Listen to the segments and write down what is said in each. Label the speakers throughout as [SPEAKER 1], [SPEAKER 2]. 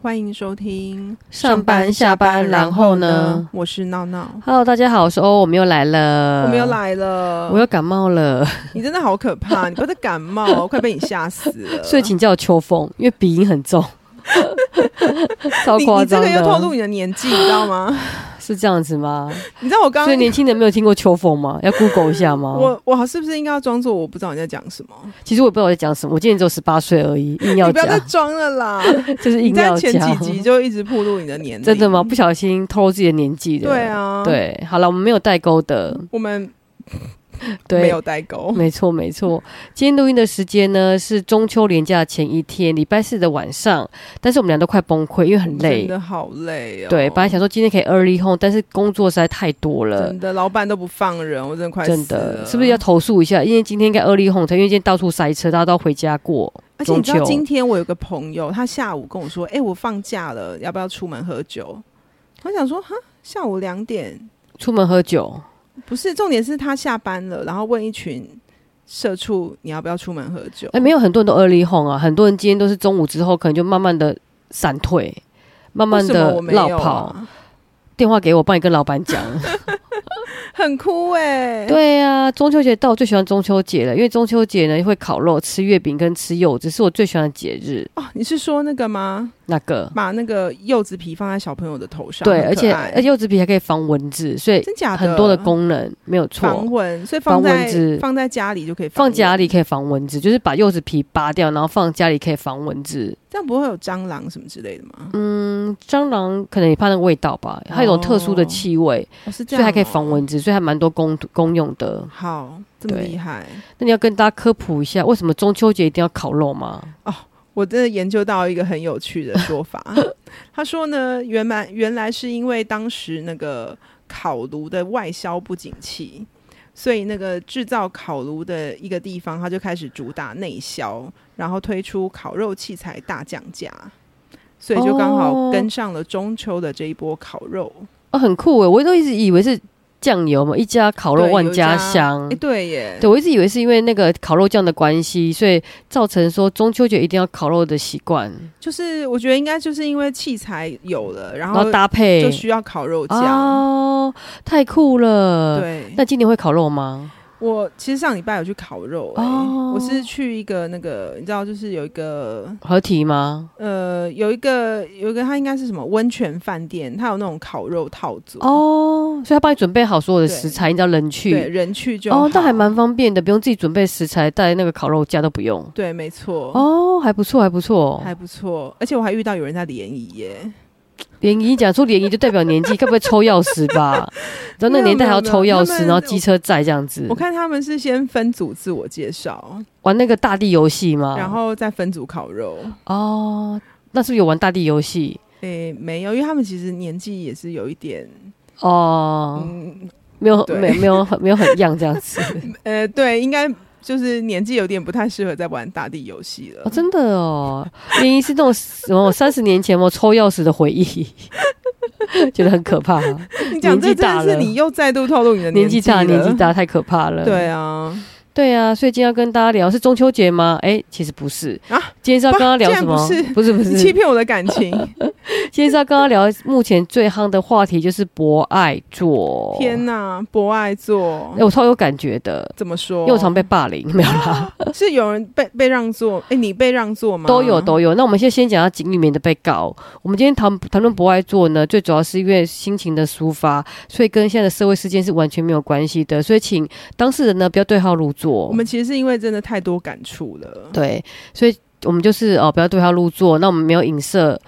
[SPEAKER 1] 欢迎收听
[SPEAKER 2] 上班下班然后呢？
[SPEAKER 1] 我是闹闹，
[SPEAKER 2] ？Hello，大家好，我是欧，我们又来了，
[SPEAKER 1] 我们又，来了。
[SPEAKER 2] 呃我又感冒 了，
[SPEAKER 1] 你真的好可 怕，你不要再感冒，快被你吓死了。
[SPEAKER 2] 所以请叫我秋风，因为鼻音很 重，超
[SPEAKER 1] 你
[SPEAKER 2] 夸
[SPEAKER 1] 你这
[SPEAKER 2] 张
[SPEAKER 1] 个又透露
[SPEAKER 2] 的，
[SPEAKER 1] 你的年纪，你知道吗？
[SPEAKER 2] 是这样子吗？
[SPEAKER 1] 你知道我刚
[SPEAKER 2] 所以
[SPEAKER 1] 刚
[SPEAKER 2] 年轻人没有听过秋 风吗？要 Google 一下吗？
[SPEAKER 1] 我我是不是应该要装作我不知道你在讲什么？
[SPEAKER 2] 其实我也不知道我在讲什么，我今年只有十八岁而 已，硬
[SPEAKER 1] 你
[SPEAKER 2] 要
[SPEAKER 1] 不要
[SPEAKER 2] 讲
[SPEAKER 1] 再，装了啦！
[SPEAKER 2] 就是
[SPEAKER 1] 你
[SPEAKER 2] 硬
[SPEAKER 1] 在
[SPEAKER 2] 要
[SPEAKER 1] 前
[SPEAKER 2] 讲
[SPEAKER 1] 几，集就一直暴露你的年龄，
[SPEAKER 2] 真的吗？？不小心透露自己的年纪的，
[SPEAKER 1] 对，啊，，
[SPEAKER 2] 对，好了，我们没有代沟的，
[SPEAKER 1] 我们
[SPEAKER 2] 对，
[SPEAKER 1] 没有代沟。
[SPEAKER 2] 没错，没错。今天录音的时间呢是中秋连假前一天，礼拜四的晚上，但是我们俩都快崩溃，因为很
[SPEAKER 1] 真
[SPEAKER 2] 累。
[SPEAKER 1] 的好累哦。
[SPEAKER 2] 对，本来想说今天可以 early home，但是工作实在太多了
[SPEAKER 1] 真，的老板都不放人，我真的快
[SPEAKER 2] 真
[SPEAKER 1] 死了
[SPEAKER 2] 的，是不是要投诉一下？因为今天应该 early home 才，因为今天到处塞车，大家都要回家过。
[SPEAKER 1] 而且你知道，
[SPEAKER 2] 中秋
[SPEAKER 1] 今天我有个朋友，他下午跟我说：“哎、我放假了，要不要出门喝酒？”我想说：“哈，下午两点
[SPEAKER 2] 出门喝酒，
[SPEAKER 1] 不是重点，是他下班了，然后问一群社畜你要不要出门喝酒？”
[SPEAKER 2] 哎，没有很多人都 early home 啊，很多人今天都是中午之后，可能就慢慢的闪退，慢
[SPEAKER 1] 为
[SPEAKER 2] 慢
[SPEAKER 1] 什么
[SPEAKER 2] 的
[SPEAKER 1] 我没有
[SPEAKER 2] 绕
[SPEAKER 1] 啊
[SPEAKER 2] 跑。电话给我，帮你跟老板讲。
[SPEAKER 1] 很酷哎、
[SPEAKER 2] 对啊，中秋节到，我最喜欢中秋节了，因为中秋节呢会烤肉、吃月饼跟吃柚子，是我最喜欢的节日。
[SPEAKER 1] 哦，你是说那个吗？
[SPEAKER 2] 那个
[SPEAKER 1] 把那个柚子皮放在小朋友的头上，
[SPEAKER 2] 对，
[SPEAKER 1] 很
[SPEAKER 2] 而
[SPEAKER 1] 可
[SPEAKER 2] 且
[SPEAKER 1] 爱
[SPEAKER 2] 而且柚子皮还可以防蚊子，所以
[SPEAKER 1] 真假
[SPEAKER 2] 很多的功能没有
[SPEAKER 1] 防
[SPEAKER 2] 错。
[SPEAKER 1] 蚊，所以
[SPEAKER 2] 防
[SPEAKER 1] 放
[SPEAKER 2] 蚊
[SPEAKER 1] 在
[SPEAKER 2] 子
[SPEAKER 1] 放在家里就可以
[SPEAKER 2] 放家
[SPEAKER 1] 蚊，
[SPEAKER 2] 里可以防蚊子，就是把柚子皮扒掉，然后放家里可以防蚊子。
[SPEAKER 1] 这样不会有蟑螂什么之类的吗？
[SPEAKER 2] 嗯，蟑螂可能也怕那个味道吧，它有一种特殊的气味，
[SPEAKER 1] 哦，是这样、
[SPEAKER 2] 所以
[SPEAKER 1] 哦，
[SPEAKER 2] 还可以防。蚊子，所以还蛮多功功用的。
[SPEAKER 1] 好，这么
[SPEAKER 2] 对
[SPEAKER 1] 厉害。
[SPEAKER 2] 那你要跟大家科普一下，为什么中秋节一定要烤肉吗？
[SPEAKER 1] 我真的研究到一个很有趣的说法， 他说呢，原来原来是因为当时那个烤炉的外销不景气，所以那个制造烤炉的一个地方，他就开始主打内销，然后推出烤肉器材大降价，所以就刚好
[SPEAKER 2] 哦
[SPEAKER 1] 跟上了中秋的这一波烤肉。
[SPEAKER 2] 哦，很酷诶！我都一直以为是酱油嘛，一家烤肉
[SPEAKER 1] 对
[SPEAKER 2] 万
[SPEAKER 1] 有一
[SPEAKER 2] 家
[SPEAKER 1] 家
[SPEAKER 2] 香
[SPEAKER 1] 哎、。对耶，
[SPEAKER 2] 对，我一直以为是因为那个烤肉酱的关系，所以造成说中秋节一定要烤肉的习惯，
[SPEAKER 1] 就是我觉得应该就是因为器材有了，然
[SPEAKER 2] 嗯然后
[SPEAKER 1] 后
[SPEAKER 2] 搭配
[SPEAKER 1] 就需要烤肉酱。
[SPEAKER 2] 哦，太酷了！，
[SPEAKER 1] 对，
[SPEAKER 2] 那今年会烤肉吗？
[SPEAKER 1] 我其实上礼拜有去烤肉、欸，
[SPEAKER 2] 哦
[SPEAKER 1] 我是去一个那个，你知道，就是有一个
[SPEAKER 2] 合体吗？
[SPEAKER 1] 呃，有一个有一个，它应该是什么温泉饭店，它有那种烤肉套组，
[SPEAKER 2] 哦，所以他帮你准备好所有的
[SPEAKER 1] 对
[SPEAKER 2] 食材，你只要人
[SPEAKER 1] 对，
[SPEAKER 2] 去。
[SPEAKER 1] 人去就
[SPEAKER 2] 哦，那
[SPEAKER 1] 好
[SPEAKER 2] 还蛮方便的，不用自己准备食材，带那个烤肉架都不用。
[SPEAKER 1] 对，没错，
[SPEAKER 2] 哦，还不错，还不错。
[SPEAKER 1] 还不错，而且我还遇到有人在联谊欸耶，
[SPEAKER 2] 联谊讲出联谊就代表年纪，该不会抽钥 匙吧？你知道那个年代还要抽
[SPEAKER 1] 没有没有
[SPEAKER 2] 钥
[SPEAKER 1] 他们
[SPEAKER 2] 匙，然后机车载这样子
[SPEAKER 1] 我，看他们是先分组自我介绍，
[SPEAKER 2] 玩那个大地游戏吗？
[SPEAKER 1] 然后再分组烤肉，
[SPEAKER 2] 哦，那是不是有玩大地游戏？
[SPEAKER 1] 诶、没有，因为他们其实年纪也是有一点，
[SPEAKER 2] 哦，
[SPEAKER 1] 嗯，
[SPEAKER 2] 没有，
[SPEAKER 1] 对
[SPEAKER 2] 没没有没有很样这 样子
[SPEAKER 1] 呃，对，应该就是年纪有点不太适合在玩大地游戏了
[SPEAKER 2] 哦，，真的哦，联谊是那种什么三十年前哦抽钥匙的回忆， 觉得很可 怕，
[SPEAKER 1] 你讲这
[SPEAKER 2] 年纪大
[SPEAKER 1] 真的是
[SPEAKER 2] 了
[SPEAKER 1] 你又再度透露你的
[SPEAKER 2] 年纪大
[SPEAKER 1] 了
[SPEAKER 2] 年纪，大太可怕了。
[SPEAKER 1] 对啊，
[SPEAKER 2] 对啊，所以今天要跟大家聊是中秋节吗？哎，其实不是
[SPEAKER 1] 啊
[SPEAKER 2] 今天是要跟大家聊
[SPEAKER 1] 不
[SPEAKER 2] 什
[SPEAKER 1] 竟然
[SPEAKER 2] 么
[SPEAKER 1] 不是？
[SPEAKER 2] 不是不
[SPEAKER 1] 你
[SPEAKER 2] 是，哦
[SPEAKER 1] 欺骗我的感 情，
[SPEAKER 2] 今天是要跟他聊目前最夯的话题，就是博爱座。
[SPEAKER 1] 天哪，博爱座
[SPEAKER 2] 哎、我超有感觉的，
[SPEAKER 1] 怎么说？
[SPEAKER 2] 因为我常被霸凌，
[SPEAKER 1] 哦
[SPEAKER 2] 没有啦，
[SPEAKER 1] 是有人被被让座，哎，你被让座吗？
[SPEAKER 2] 都有都有。那我们先先讲下井里面的被告。我们今天谈谈论博爱座呢，最主要是因为心情的抒发，所以跟现在的社会事件是完全没有关系的。所以请当事人呢不要对号入座。
[SPEAKER 1] 我们其实是因为真的太多感触了，
[SPEAKER 2] 对，所以我们就是哦，不要对号入座。那我们没有影射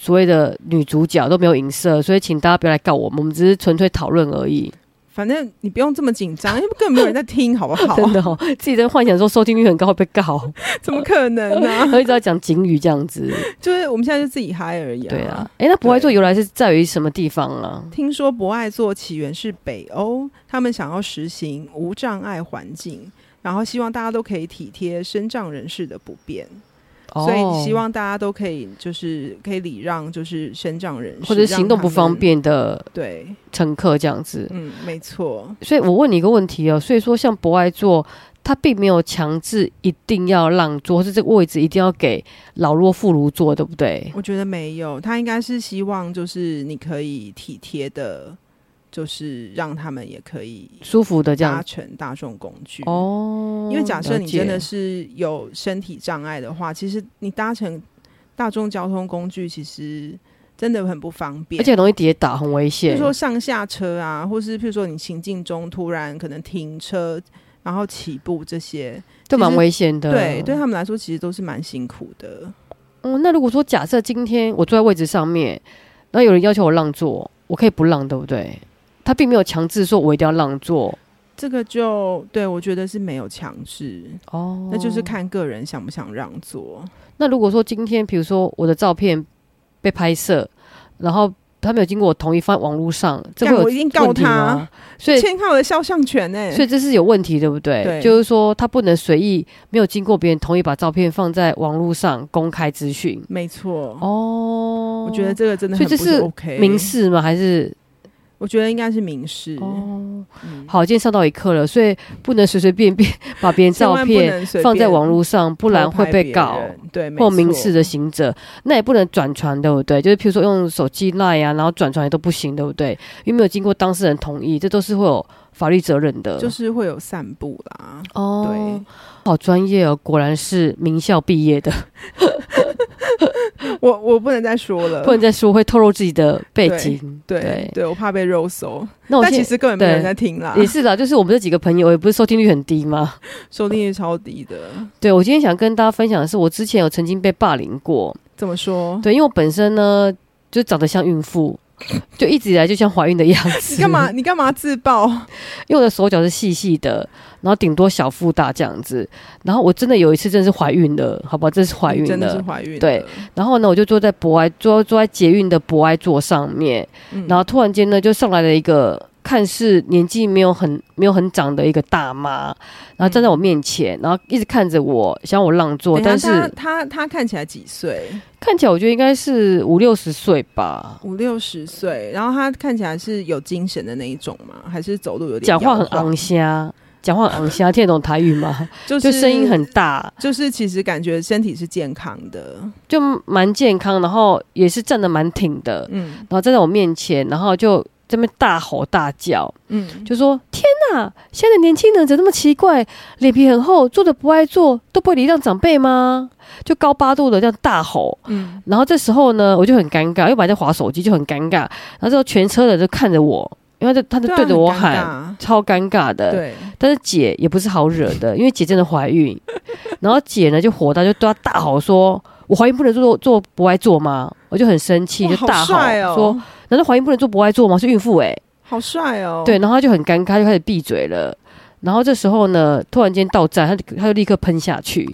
[SPEAKER 2] 所谓的女主角，都没有影射，所以请大家不要来告我们，我们只是纯粹讨论而已。
[SPEAKER 1] 反正你不用这么紧张，因为根本没有人在听，好不好？
[SPEAKER 2] 真的哦，自己在幻想说收听率很高会被告，
[SPEAKER 1] 怎么可能呢、
[SPEAKER 2] 然后一直要讲警语这样子。
[SPEAKER 1] 就是我们现在就自己嗨而已、
[SPEAKER 2] 对啊，，哎、那博爱座由来是在于什么地方啊？
[SPEAKER 1] 听说博爱座起源是北欧，他们想要实行无障碍环境，然后希望大家都可以体贴身障人士的不便。所以希
[SPEAKER 2] 哦
[SPEAKER 1] 望大家都可以，就是可以礼让，就是身障人士
[SPEAKER 2] 哦或者行动不方。
[SPEAKER 1] 让
[SPEAKER 2] 便的
[SPEAKER 1] 他们对，
[SPEAKER 2] 乘客这样子。
[SPEAKER 1] 嗯，没错。
[SPEAKER 2] 所以我问你一个问题哦，所以说像博爱座，他并没有强制一定要让座，或是这个位置一定要给老弱妇孺坐，对不对？
[SPEAKER 1] 我觉得没有，他应该是希望就是你可以体贴的，就是让他们也可以
[SPEAKER 2] 舒服的这
[SPEAKER 1] 搭
[SPEAKER 2] 样
[SPEAKER 1] 乘大众工具。
[SPEAKER 2] 哦，
[SPEAKER 1] 因为假设你真的
[SPEAKER 2] 了解
[SPEAKER 1] 是有身体障碍的话，其实你搭乘大众交通工具其实真的很不方便，
[SPEAKER 2] 而且很容易跌倒，很危
[SPEAKER 1] 譬如
[SPEAKER 2] 险。
[SPEAKER 1] 说上下车啊，或是譬如说你行进中突然可能停车，然后起步这些，
[SPEAKER 2] 这蛮
[SPEAKER 1] 其实
[SPEAKER 2] 危险的。
[SPEAKER 1] 对对他们来说其实都是蛮辛苦的。
[SPEAKER 2] 嗯，那如果说假设今天我坐在位置上面，然后有人要求我让座，我可以不让，对不对？他并没有强制说我一定要让座
[SPEAKER 1] 这个就对我觉得是没有强制，
[SPEAKER 2] 哦
[SPEAKER 1] 那就是看个人想不想让座。
[SPEAKER 2] 那如果说今天，比如说我的照片被拍摄，然后他没有经过我同意放在网络上，这
[SPEAKER 1] 干
[SPEAKER 2] 会有
[SPEAKER 1] 我一定告
[SPEAKER 2] 问题
[SPEAKER 1] 他啊
[SPEAKER 2] 吗，所以。
[SPEAKER 1] 欠看我的肖像权欸呢、
[SPEAKER 2] 所以这是有问题，对不对？
[SPEAKER 1] 对
[SPEAKER 2] 就是说他不能随意没有经过别人同意把照片放在网络上公开资讯。
[SPEAKER 1] 没错，
[SPEAKER 2] 哦，
[SPEAKER 1] 我觉得这个真的
[SPEAKER 2] 所
[SPEAKER 1] 很
[SPEAKER 2] 以这
[SPEAKER 1] 不
[SPEAKER 2] 是
[SPEAKER 1] OK
[SPEAKER 2] 民，事吗？还是
[SPEAKER 1] 我觉得应该是民事。
[SPEAKER 2] 哦，
[SPEAKER 1] 嗯
[SPEAKER 2] 好，今天上到一课了，所以不能随随 便便把别人
[SPEAKER 1] 千
[SPEAKER 2] 照
[SPEAKER 1] 万不
[SPEAKER 2] 片
[SPEAKER 1] 能随便
[SPEAKER 2] 放在网络上，不然
[SPEAKER 1] 偷
[SPEAKER 2] 会
[SPEAKER 1] 拍
[SPEAKER 2] 被
[SPEAKER 1] 别
[SPEAKER 2] 告。
[SPEAKER 1] 人，对，没
[SPEAKER 2] 或民事
[SPEAKER 1] 错
[SPEAKER 2] 的行者，那也不能转传，对不对？就是譬如说用手机 line 啊，然后转传也都不行，对不对？因为没有经过当事人同意，这都是会有法律责任的。
[SPEAKER 1] 就是会有散步啦。
[SPEAKER 2] 哦，
[SPEAKER 1] 对，
[SPEAKER 2] 好专业哦，果然是名校毕业的，
[SPEAKER 1] 我我不能再说了，
[SPEAKER 2] 不能再说会透露自己的背景。
[SPEAKER 1] 呃对
[SPEAKER 2] 对
[SPEAKER 1] 对，我怕被肉搜，
[SPEAKER 2] 那我
[SPEAKER 1] 但
[SPEAKER 2] 现
[SPEAKER 1] 其
[SPEAKER 2] 在
[SPEAKER 1] 实啊根本没有人
[SPEAKER 2] 对
[SPEAKER 1] 在听啦，
[SPEAKER 2] 也是啦，就是我们这几个朋友也不是收听率很低嘛。
[SPEAKER 1] 收听率超低的。
[SPEAKER 2] 对我今天想跟大家分享的是，我之前有曾经被霸凌过，
[SPEAKER 1] 怎么说？
[SPEAKER 2] 对，因为我本身呢就长得像孕妇，就一直以来就像怀孕的样子。
[SPEAKER 1] 你干嘛？你干嘛自爆？
[SPEAKER 2] 因为我的手脚是细细的，然后顶多小腹大这样子。然后我真的有一次真的是怀孕了，好吧，真是怀
[SPEAKER 1] 你
[SPEAKER 2] 孕
[SPEAKER 1] 真的是
[SPEAKER 2] 了。
[SPEAKER 1] 怀孕了。
[SPEAKER 2] 对然后呢，我就坐在博爱坐坐在捷运的博爱座上面，
[SPEAKER 1] 嗯，
[SPEAKER 2] 然后突然间呢，就上来了一个看似年纪没有很没有很长的一个大妈，然后站在我面前，然后一直看着我，想要我让座，
[SPEAKER 1] 嗯等一下
[SPEAKER 2] 但是
[SPEAKER 1] 他他他看起来几岁？
[SPEAKER 2] 看起来我觉得应该是五六十岁吧。
[SPEAKER 1] 五六十岁，然后他看起来是有精神的那一种吗？还是走路有点
[SPEAKER 2] 讲话很
[SPEAKER 1] 摇晃
[SPEAKER 2] 昂虾，讲话很昂虾，听得懂台语 吗？
[SPEAKER 1] 就是
[SPEAKER 2] 就声音很大，
[SPEAKER 1] 就是其实感觉身体是健康的，
[SPEAKER 2] 就蛮健康，然后也是站得蛮挺的，
[SPEAKER 1] 嗯
[SPEAKER 2] 然后站在我面前，然后就这边大吼大叫，
[SPEAKER 1] 嗯，
[SPEAKER 2] 就说：“天哪，现在的年轻人怎么那么奇怪？脸皮很厚，坐着不爱坐，都不会礼让长辈吗？”就高八度的这样大吼。
[SPEAKER 1] 嗯
[SPEAKER 2] 然后这时候呢，我就很尴尬，因为我还在划手机，就很尴尬。然后之后全车的人都看着我，因为他就他就
[SPEAKER 1] 啊
[SPEAKER 2] 对着我呃
[SPEAKER 1] 很尴尬
[SPEAKER 2] 喊，超尴尬的。
[SPEAKER 1] 对，
[SPEAKER 2] 但是姐也不是好惹的，因为姐真的怀 孕，然后姐呢就火大，就对她大吼说：“我怀孕不能做做不爱做吗？”我就很生气，
[SPEAKER 1] 哇
[SPEAKER 2] 就大
[SPEAKER 1] 好
[SPEAKER 2] 吼、
[SPEAKER 1] 帅哦，
[SPEAKER 2] 说：“难道怀孕不能做不爱做吗？是孕妇哎、
[SPEAKER 1] 好帅哦，
[SPEAKER 2] 对，，然后她就很尴尬，就开始闭嘴了。然后这时候呢，突然间到站，她就她就立刻喷下 去。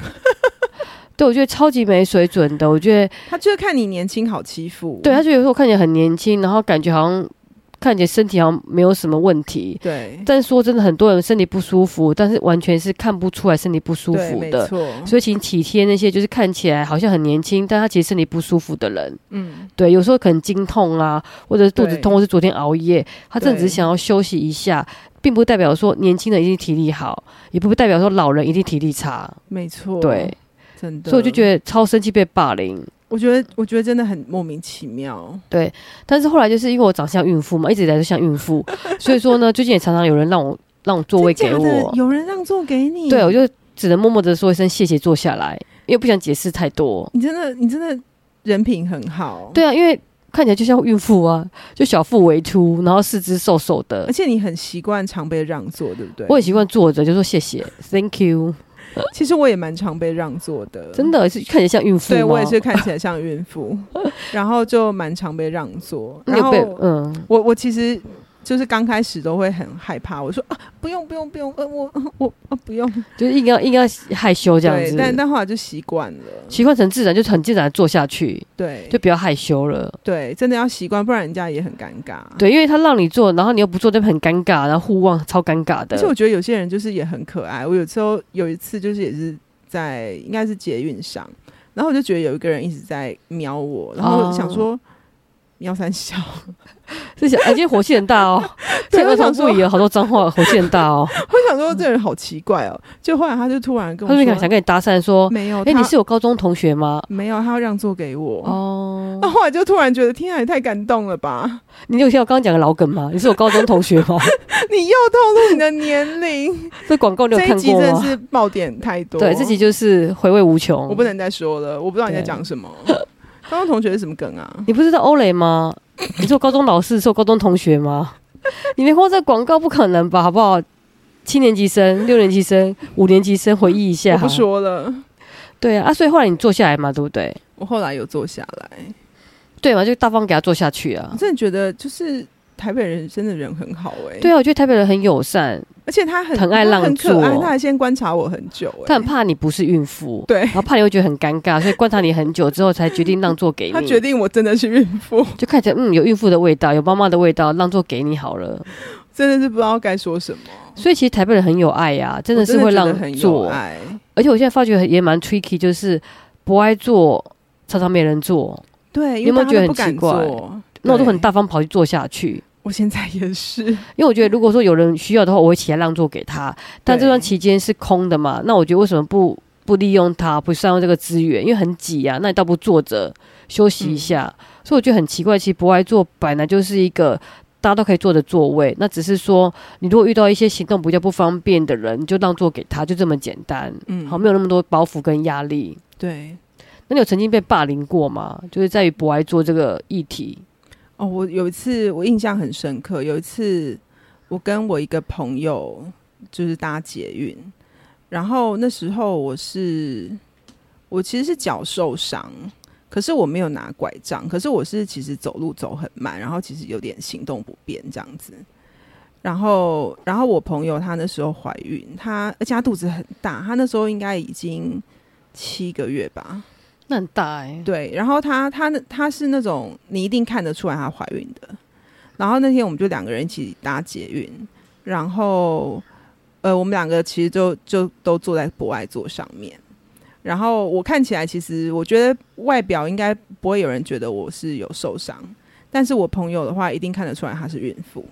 [SPEAKER 2] 对，我觉得超级没水准的。我觉得，
[SPEAKER 1] 他就是看你年轻好欺负，
[SPEAKER 2] 对她就有时候看起来很年轻，然后感觉好像看起来身体好像没有什么问题，
[SPEAKER 1] 对
[SPEAKER 2] 但说真的，很多人身体不舒服，但是完全是看不出来身体不舒
[SPEAKER 1] 对，
[SPEAKER 2] 服
[SPEAKER 1] 没
[SPEAKER 2] 的。
[SPEAKER 1] 错，
[SPEAKER 2] 所以请体贴那些就是看起来好像很年轻，但他其实身体不舒服的人。
[SPEAKER 1] 嗯，
[SPEAKER 2] 对，有时候可能经痛啊，或者是肚子
[SPEAKER 1] 对
[SPEAKER 2] 痛，或是昨天熬夜，他真的只
[SPEAKER 1] 对
[SPEAKER 2] 是想要休息一下，并不代表说年轻人一定体力好，也不代表说老人一定体力差。
[SPEAKER 1] 没错，
[SPEAKER 2] 对，，
[SPEAKER 1] 真的，
[SPEAKER 2] 所以我就
[SPEAKER 1] 得，
[SPEAKER 2] 觉得超生气被霸凌。
[SPEAKER 1] 我觉得，我觉得真的很莫名其妙，
[SPEAKER 2] 但是后来就是因为我长相孕妇嘛，一直以来就像孕妇，所以说呢，最近也常常有人让我让我座位
[SPEAKER 1] 真
[SPEAKER 2] 给
[SPEAKER 1] 假
[SPEAKER 2] 我，
[SPEAKER 1] 的有人让座给你，
[SPEAKER 2] 对，我就只能默默的说一声谢谢，坐下来，因为不想解释太多。
[SPEAKER 1] 你真的，你真的人品很好，，
[SPEAKER 2] 对啊，因为看起来就像孕妇啊，就小腹微凸，然后四肢瘦瘦
[SPEAKER 1] 而
[SPEAKER 2] 的。
[SPEAKER 1] 且你很习惯常被让座，对不对？
[SPEAKER 2] 我很习惯坐着，就说谢谢，Thank you，
[SPEAKER 1] 其实我也蛮常被让座的，
[SPEAKER 2] 真。的是看起来像孕妇吗
[SPEAKER 1] 对，我也是。看起来像孕 妇，然后就蛮常被让座。
[SPEAKER 2] 那
[SPEAKER 1] 然
[SPEAKER 2] 有
[SPEAKER 1] 后
[SPEAKER 2] 被嗯，
[SPEAKER 1] 我我其实就是刚开始都会很害怕，我说啊不用不用不用，呃我我啊不用
[SPEAKER 2] 就是硬要硬要害羞这样
[SPEAKER 1] 对，但
[SPEAKER 2] 子，
[SPEAKER 1] 但后来就习惯了，
[SPEAKER 2] 习惯成自然，就很自然地坐下去，
[SPEAKER 1] 对啊
[SPEAKER 2] 就不要害羞了。
[SPEAKER 1] 对，真的要习惯，不然人家也很尴尬。，
[SPEAKER 2] 对，因为他让你坐，然后你又不坐，那很尴尬，然后互望超尴尬的
[SPEAKER 1] 而且。我觉得有些人就是也很可爱。我有时候有一次就是也是在应
[SPEAKER 2] 哦
[SPEAKER 1] 该是捷运上，然后我就觉得有一个人一直在瞄我，然后我想说。幺三小，
[SPEAKER 2] 是想，哎，今天火气很大哦。
[SPEAKER 1] 对
[SPEAKER 2] 现在
[SPEAKER 1] 我
[SPEAKER 2] 儿童
[SPEAKER 1] 想说
[SPEAKER 2] 部也有好多脏话，火气很大哦。
[SPEAKER 1] 我想说这人好奇怪哦。就后来他就突然跟
[SPEAKER 2] 他
[SPEAKER 1] 我
[SPEAKER 2] 说
[SPEAKER 1] 说，
[SPEAKER 2] 想想跟你搭讪说，
[SPEAKER 1] 没有，
[SPEAKER 2] 哎，
[SPEAKER 1] 哦他
[SPEAKER 2] 你是有高中同学吗？
[SPEAKER 1] 没有，他要让座给我。
[SPEAKER 2] 哦
[SPEAKER 1] 那、，后来就突然觉得，天啊，也太感动了吧！
[SPEAKER 2] 你有像我刚刚讲的老梗吗？你是我高中同学吗？
[SPEAKER 1] 你又透露你的年 龄，
[SPEAKER 2] 这广告你有
[SPEAKER 1] 这一
[SPEAKER 2] 看
[SPEAKER 1] 集
[SPEAKER 2] 过
[SPEAKER 1] 真的
[SPEAKER 2] 吗？
[SPEAKER 1] 是爆点 太多。
[SPEAKER 2] 对，这集就是回味无穷。
[SPEAKER 1] 我不，能再说了，我不知道你在
[SPEAKER 2] 对
[SPEAKER 1] 讲什么。高中同学是什么梗 啊？
[SPEAKER 2] 你不知道欧蕾吗？你是我高中老师，是我高中同学吗？你没看过这广告，不可能吧？好不好？七年级生、六年级生、五年级生，回忆一下。
[SPEAKER 1] 我不。说了。
[SPEAKER 2] 对啊，啊，所以后来你坐下来嘛，对不对？
[SPEAKER 1] 我后来有坐下来，
[SPEAKER 2] 对嘛，就大方给他坐下去啊
[SPEAKER 1] 我。真的觉得就是台北人真的人很好哎、
[SPEAKER 2] 对啊，我觉得台北人很友善，
[SPEAKER 1] 而且他很
[SPEAKER 2] 很爱让
[SPEAKER 1] 很可爱，
[SPEAKER 2] 座
[SPEAKER 1] 他还先观察我很久哎、
[SPEAKER 2] 他很怕你不是孕妇，
[SPEAKER 1] 对
[SPEAKER 2] 然后怕你会觉得很尴尬，所以观察你很久之后才决定让座给你。
[SPEAKER 1] 他决定我真的是孕妇，
[SPEAKER 2] 就看起来嗯有孕妇的味道，有妈妈的味道，让座给你好了。
[SPEAKER 1] 真的是不知道该说什么，
[SPEAKER 2] 所以其实台北人很有爱呀、真的是
[SPEAKER 1] 我
[SPEAKER 2] 会哦
[SPEAKER 1] 真的觉
[SPEAKER 2] 让
[SPEAKER 1] 得很有
[SPEAKER 2] 座，
[SPEAKER 1] 爱。
[SPEAKER 2] 而且我现在发觉也蛮 tricky，就是不爱坐，常常没人坐，
[SPEAKER 1] 对，因
[SPEAKER 2] 有
[SPEAKER 1] 为
[SPEAKER 2] 没
[SPEAKER 1] 大
[SPEAKER 2] 有
[SPEAKER 1] 家
[SPEAKER 2] 觉
[SPEAKER 1] 都
[SPEAKER 2] 得
[SPEAKER 1] 不
[SPEAKER 2] 很
[SPEAKER 1] 敢
[SPEAKER 2] 奇怪
[SPEAKER 1] 做，
[SPEAKER 2] 那我都
[SPEAKER 1] 对
[SPEAKER 2] 很大方跑去坐下去，
[SPEAKER 1] 我现在也是，
[SPEAKER 2] 因为我觉得如果说有人需要的话，我会起来让座给他。但这段期间是空的嘛，那我觉得为什么不不利用它，不善用这个资源？因为很挤啊，那你倒不坐着休息一下。
[SPEAKER 1] 嗯
[SPEAKER 2] 所以我觉得很奇怪，其实博爱座本来就是一个。大家都可以坐的座位，那只是说，你如果遇到一些行动比较不方便的人，你就让座给他，就这么简单。
[SPEAKER 1] 嗯，
[SPEAKER 2] 好，没有那么多包袱跟压力。
[SPEAKER 1] 对。
[SPEAKER 2] 那你有曾经被霸凌过吗？就是在于博爱座这个议题。
[SPEAKER 1] 哦，我有一次我印象很深刻，有一次我跟我一个朋友就是搭捷运，然后那时候我是我其实是脚受伤，可是我没有拿拐杖，可是我是其实走路走很慢，然后其实有点行动不便这样子。然后，然后我朋友她那时候怀孕，她而且她肚子很大，她那时候应该已经七个月吧，
[SPEAKER 2] 那很大哎、
[SPEAKER 1] 对，然后她她她是那种你一定看得出来她怀孕的。然后那天我们就两个人一起搭捷运，然后呃，我们两个其实就就都坐在博爱座上面。然后我看起来，其实我觉得外表应该不会有人觉得我是有受伤，但是我朋友的话一定看得出来她是孕妇。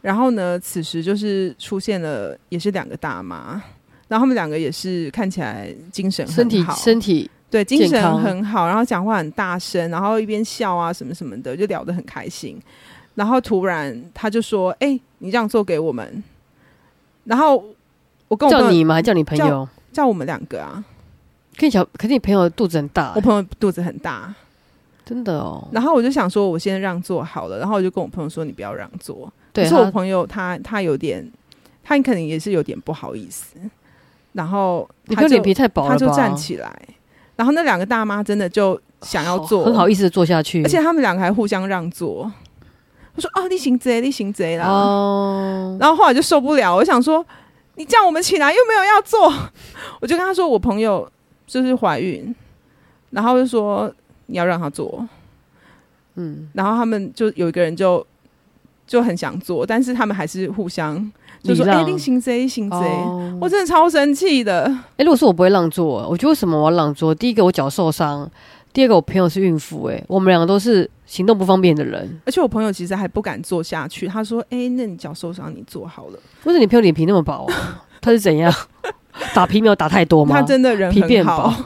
[SPEAKER 1] 然后呢，此时就是出现了也是两个大妈，然后他们两个也是看起来精神很
[SPEAKER 2] 身体
[SPEAKER 1] 好
[SPEAKER 2] 身体
[SPEAKER 1] 对，精
[SPEAKER 2] 健
[SPEAKER 1] 神
[SPEAKER 2] 康
[SPEAKER 1] 很好，然后讲话很大声，然后一边笑啊什么什么的，就聊得很开心。然后突然他就说：“哎、你让座给我们。”然后我跟我
[SPEAKER 2] 叫
[SPEAKER 1] 朋友
[SPEAKER 2] 你吗？还叫你朋
[SPEAKER 1] 叫
[SPEAKER 2] 友？
[SPEAKER 1] 叫我们两个啊，
[SPEAKER 2] 可你小，可是你朋友肚子很大、
[SPEAKER 1] 我朋友肚子很大，
[SPEAKER 2] 真的哦。
[SPEAKER 1] 然后我就想说，我先让座好了。然后我就跟我朋友说：“你不要让座。”
[SPEAKER 2] 对，
[SPEAKER 1] 可是我
[SPEAKER 2] 他
[SPEAKER 1] 朋友他他有点，他可能也是有点不好意思。然后
[SPEAKER 2] 你
[SPEAKER 1] 他
[SPEAKER 2] 朋友
[SPEAKER 1] 就
[SPEAKER 2] 脸皮太薄了吧？
[SPEAKER 1] 他就站起来，然后那两个大妈真的就想要
[SPEAKER 2] 好
[SPEAKER 1] 坐，
[SPEAKER 2] 哦很好意思地坐下去，
[SPEAKER 1] 而且他们两个还互相让座。我说：“哦，你行贼，你行贼啦。
[SPEAKER 2] 哦，
[SPEAKER 1] 然后后来就受不了，我想说：“你叫我们起来又没有要坐。”我就跟他说：“我朋友就是怀孕，然后就说你要让她坐。”
[SPEAKER 2] 嗯，
[SPEAKER 1] 然后他们就有一个人就就很想坐，但是他们还是互相就说：“
[SPEAKER 2] 礼
[SPEAKER 1] 哎、
[SPEAKER 2] 让
[SPEAKER 1] 你行贼，你行贼。
[SPEAKER 2] 哦
[SPEAKER 1] 我真的超生气的，
[SPEAKER 2] 哎，如果是我不会让座，我觉得为什么我要让座？第一个我脚受伤，第二个我朋友是孕妇，哎，我们两个都是行动不方便的人。
[SPEAKER 1] 而且我朋友其实还不敢坐下去。他说：“哎、那你脚受伤，你坐好了。
[SPEAKER 2] 为什么你朋友脸皮那么薄 啊？他是怎样打皮没有打太多”吗？
[SPEAKER 1] 他真的人
[SPEAKER 2] 皮
[SPEAKER 1] 很
[SPEAKER 2] 变薄
[SPEAKER 1] 好，，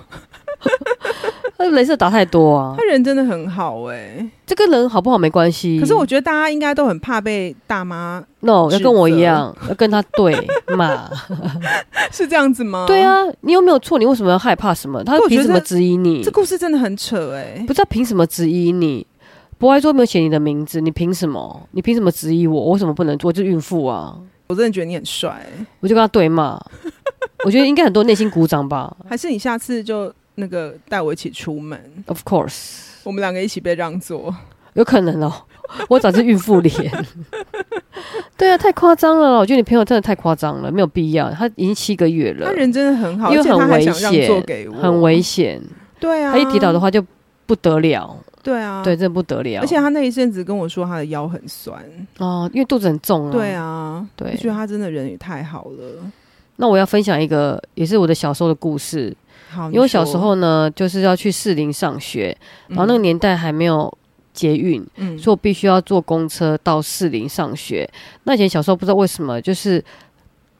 [SPEAKER 2] 他镭射打太多啊
[SPEAKER 1] 他。人真的很好哎、
[SPEAKER 2] 这跟人好不好没关系，
[SPEAKER 1] 可是我觉得大家应该都很怕被大妈，
[SPEAKER 2] no 要
[SPEAKER 1] 指
[SPEAKER 2] 跟我
[SPEAKER 1] 责啊
[SPEAKER 2] 一样，要跟他对 骂。
[SPEAKER 1] 是这样子吗？
[SPEAKER 2] 对，啊，你又没有错，你为什么要害怕什么？他
[SPEAKER 1] 可我觉
[SPEAKER 2] 凭
[SPEAKER 1] 得
[SPEAKER 2] 什么质疑你
[SPEAKER 1] 这？故事真的很扯哎、
[SPEAKER 2] 不知道凭什么质疑你？博爱座没有写你的名字，你凭什么？你凭什么质疑我？我为什么不能做？我就是孕妇啊！
[SPEAKER 1] 我真的觉得你很帅欸、
[SPEAKER 2] 我就跟他对骂。我觉得应该很多内心鼓掌吧。
[SPEAKER 1] 还是你下次就那个带我一起出门，
[SPEAKER 2] Of course，
[SPEAKER 1] 我们两个一起被让座。
[SPEAKER 2] 有可能哦。我长是孕妇脸。对啊，太夸张了！我觉得你朋友真的太夸张了，没有必要。他已经七个月了
[SPEAKER 1] 他，人真的很好，
[SPEAKER 2] 因
[SPEAKER 1] 而
[SPEAKER 2] 为
[SPEAKER 1] 且他
[SPEAKER 2] 很
[SPEAKER 1] 还
[SPEAKER 2] 危
[SPEAKER 1] 想让座
[SPEAKER 2] 险
[SPEAKER 1] 给我，
[SPEAKER 2] 很危险。
[SPEAKER 1] 对啊，
[SPEAKER 2] 他一跌倒的，话就不得了，
[SPEAKER 1] 对啊，
[SPEAKER 2] 对，。真的不得了。
[SPEAKER 1] 而且他那一阵子跟我说他的腰很酸，
[SPEAKER 2] 哦，因为肚子很重啊。
[SPEAKER 1] 对，啊，
[SPEAKER 2] 对
[SPEAKER 1] 我觉得他真的人也太好了。
[SPEAKER 2] 那我要分享一个，也是我的小时候的故事。
[SPEAKER 1] 好，
[SPEAKER 2] 因
[SPEAKER 1] 你
[SPEAKER 2] 为我小
[SPEAKER 1] 说
[SPEAKER 2] 时，候呢，就是要去士林上学，然后那个
[SPEAKER 1] 嗯
[SPEAKER 2] 年代还没有捷运，
[SPEAKER 1] 嗯，
[SPEAKER 2] 所以我必须要坐公车到士林上学。那以前小时候不知道为什么，就是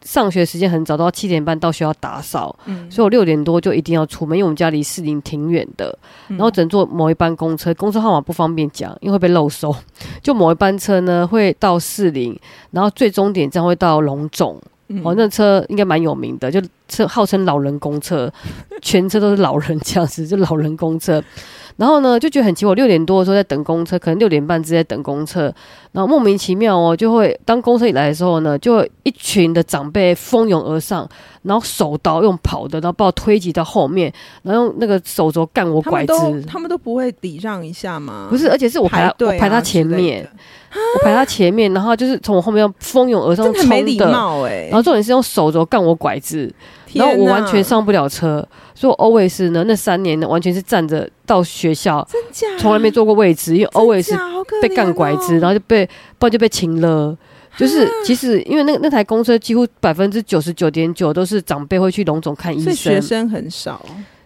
[SPEAKER 2] 上学时间很早，到七点半到学校打扫，
[SPEAKER 1] 嗯
[SPEAKER 2] 所以我六点多就一定要出门，因为我们家离士林挺远的，
[SPEAKER 1] 嗯
[SPEAKER 2] 然后只能坐某一班公车，公车号码不方便讲，因为会被漏收。 就某一班车呢会到士林，然后最终点站会到龙总。
[SPEAKER 1] 嗯
[SPEAKER 2] 哦，那车应该蛮有名的，就车号称老人公车， 全车都是老人这样子，就老人公车。然后呢，就觉得很奇怪，我六点多的时候在等公车，可能六点半之前在等公车，然后莫名其妙哦，就会当公车一来的时候呢，就会一群的长辈蜂拥而上，然后手刀用跑的，然后把我推挤到后面，然后用那个手肘干我
[SPEAKER 1] 他
[SPEAKER 2] 拐
[SPEAKER 1] 们都
[SPEAKER 2] 子，
[SPEAKER 1] 他们都不会礼让一下吗？
[SPEAKER 2] 不是，而且是我排
[SPEAKER 1] 排
[SPEAKER 2] 他
[SPEAKER 1] 队、啊
[SPEAKER 2] 我排他前面，，我排他前面，然后就是从我后面要蜂拥而上
[SPEAKER 1] 真的很没
[SPEAKER 2] 冲
[SPEAKER 1] 礼
[SPEAKER 2] 的。
[SPEAKER 1] 貌哎、
[SPEAKER 2] 然后重点是用手肘干我拐子，
[SPEAKER 1] 天
[SPEAKER 2] 然
[SPEAKER 1] 哪
[SPEAKER 2] 后我完全上不了车，所以我 always 呢那三年呢完全是站着到学校，
[SPEAKER 1] 真假，
[SPEAKER 2] 从来没坐过位置，因为 always
[SPEAKER 1] 假好可哦
[SPEAKER 2] 被干拐子，然
[SPEAKER 1] 后
[SPEAKER 2] 后就被不然就被擒
[SPEAKER 1] 啊
[SPEAKER 2] 了。就是其实因为那那台公车几乎百分之九十九点九都是长辈会去龙总看医
[SPEAKER 1] 所以学
[SPEAKER 2] 生，
[SPEAKER 1] 生很少，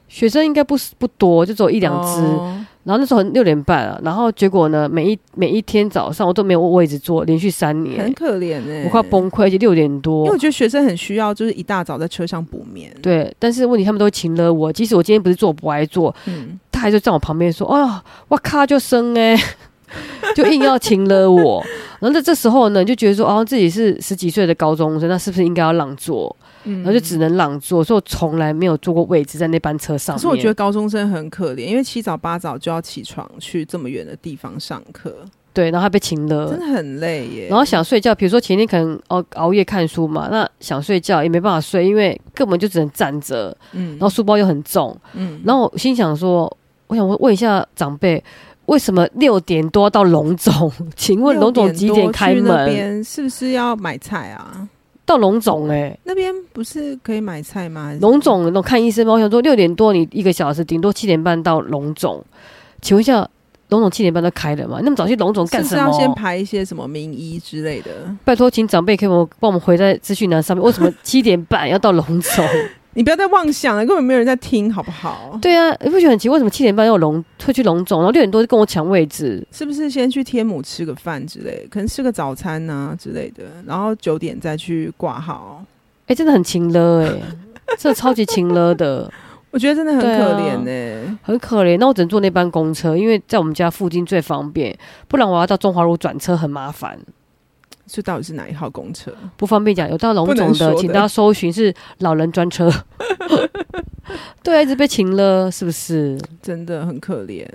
[SPEAKER 2] 学生应该不是不多，就只有一
[SPEAKER 1] 一
[SPEAKER 2] 两只。
[SPEAKER 1] 哦
[SPEAKER 2] 然后那时候六点半啊，然后结果呢每一每一天早上我都没有位置坐，连续三
[SPEAKER 1] 很
[SPEAKER 2] 年
[SPEAKER 1] 可怜哎、
[SPEAKER 2] 我快崩溃，而且六点多，
[SPEAKER 1] 因为我觉得学生很需要，就是一大早在车上补眠。，
[SPEAKER 2] 对，但是问题他们都请了我，即使我今天不是坐不爱坐，
[SPEAKER 1] 嗯，
[SPEAKER 2] 他还就站我旁边说：“哎呀，我咔就生哎、 就硬要请了我。”然后在这时候呢，你就觉得说：“哦，自己是十几岁的高中生，那是不是应该要让座？”
[SPEAKER 1] 嗯
[SPEAKER 2] 然后就只能让座，所以我从来没有坐过位置在那班车上
[SPEAKER 1] 可
[SPEAKER 2] 面。
[SPEAKER 1] 是我觉得高中生很可怜，因为七早八早就要起床去这么远的地方上课，
[SPEAKER 2] 对，然后还被请了
[SPEAKER 1] 真。的很累耶。
[SPEAKER 2] 然后想睡觉，比如说前天可能哦熬夜看书嘛，那想睡觉也没办法睡，因为根本就只能站着，
[SPEAKER 1] 嗯
[SPEAKER 2] 然后书包又很重，
[SPEAKER 1] 嗯
[SPEAKER 2] 然后我心想说，我想问一下长辈，为什么六点多到龙总？ 请问龙总几点开
[SPEAKER 1] 六多去那
[SPEAKER 2] 门？
[SPEAKER 1] 边是不是要买菜啊？
[SPEAKER 2] 到龙总哎、
[SPEAKER 1] 那边不是可以买菜吗？还是
[SPEAKER 2] 龙总那看医生吗？我想说六点多你一个小时，顶多七点半到龙总。请问一下，龙总七点半都开了吗？那么早去龙总
[SPEAKER 1] 是
[SPEAKER 2] 干
[SPEAKER 1] 不
[SPEAKER 2] 什
[SPEAKER 1] 是
[SPEAKER 2] 么？
[SPEAKER 1] 要先排一些什么名医之类的？
[SPEAKER 2] 拜托，请长辈可以帮我帮我们回在资讯栏上面，为什么七点半要到龙总？
[SPEAKER 1] 你不要再妄想了，根本没有人在听，好不好？
[SPEAKER 2] 对啊，你不觉得很奇怪？为什么七点半要龙会去龙总，然后六点多就跟我抢位置？
[SPEAKER 1] 是不是先去天母吃个饭之类的可能吃个早餐呐、之类的，然后九点再去挂号。
[SPEAKER 2] 哎、真的很勤了哎、真的超级勤了的。
[SPEAKER 1] 我觉得真的很
[SPEAKER 2] 对啊
[SPEAKER 1] 可怜呢、
[SPEAKER 2] 很可怜，那我只能坐那班公车，因为在我们家附近最方便，不然我要到中华路转车很麻烦，
[SPEAKER 1] 这到底是哪一号公车？
[SPEAKER 2] 不方便讲。有到龙
[SPEAKER 1] 不能
[SPEAKER 2] 总
[SPEAKER 1] 说
[SPEAKER 2] 的，
[SPEAKER 1] 的
[SPEAKER 2] 请大家搜寻是老人专 车。对啊，一直被请了，是不是？
[SPEAKER 1] 真的很可怜。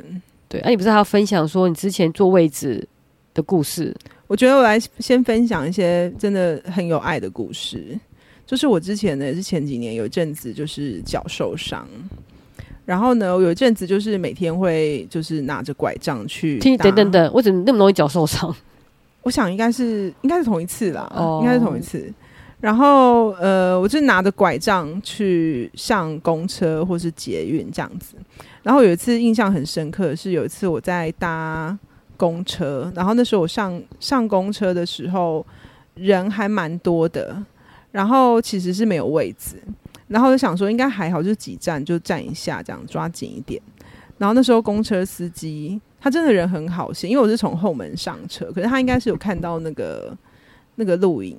[SPEAKER 2] 对，哎、你不是还要分享说你之前坐位置的故事？
[SPEAKER 1] 我觉得我来先分享一些真的很有爱的故事。就是我之前呢，也是前几年有一阵子就是脚受伤，然后呢，我有一阵子就是每天会就是拿着拐杖去
[SPEAKER 2] 听，
[SPEAKER 1] 搭
[SPEAKER 2] 等等，等，我怎么那么容易脚受伤？
[SPEAKER 1] 我想应该是应该是同一次啦，
[SPEAKER 2] 哦
[SPEAKER 1] 应该是同一次。然后呃，我就拿着拐杖去上公车或是捷运这样子。然后有一次印象很深刻的是，有一次我在搭公车，然后那时候我上上公车的时候人还蛮多的，然后其实是没有位置，然后就想说应该还好，就几站就站一下，这样抓紧一点。然后那时候公车司机他真的人很好心，因为我是从后门上车，可是他应该是有看到那个那个录影，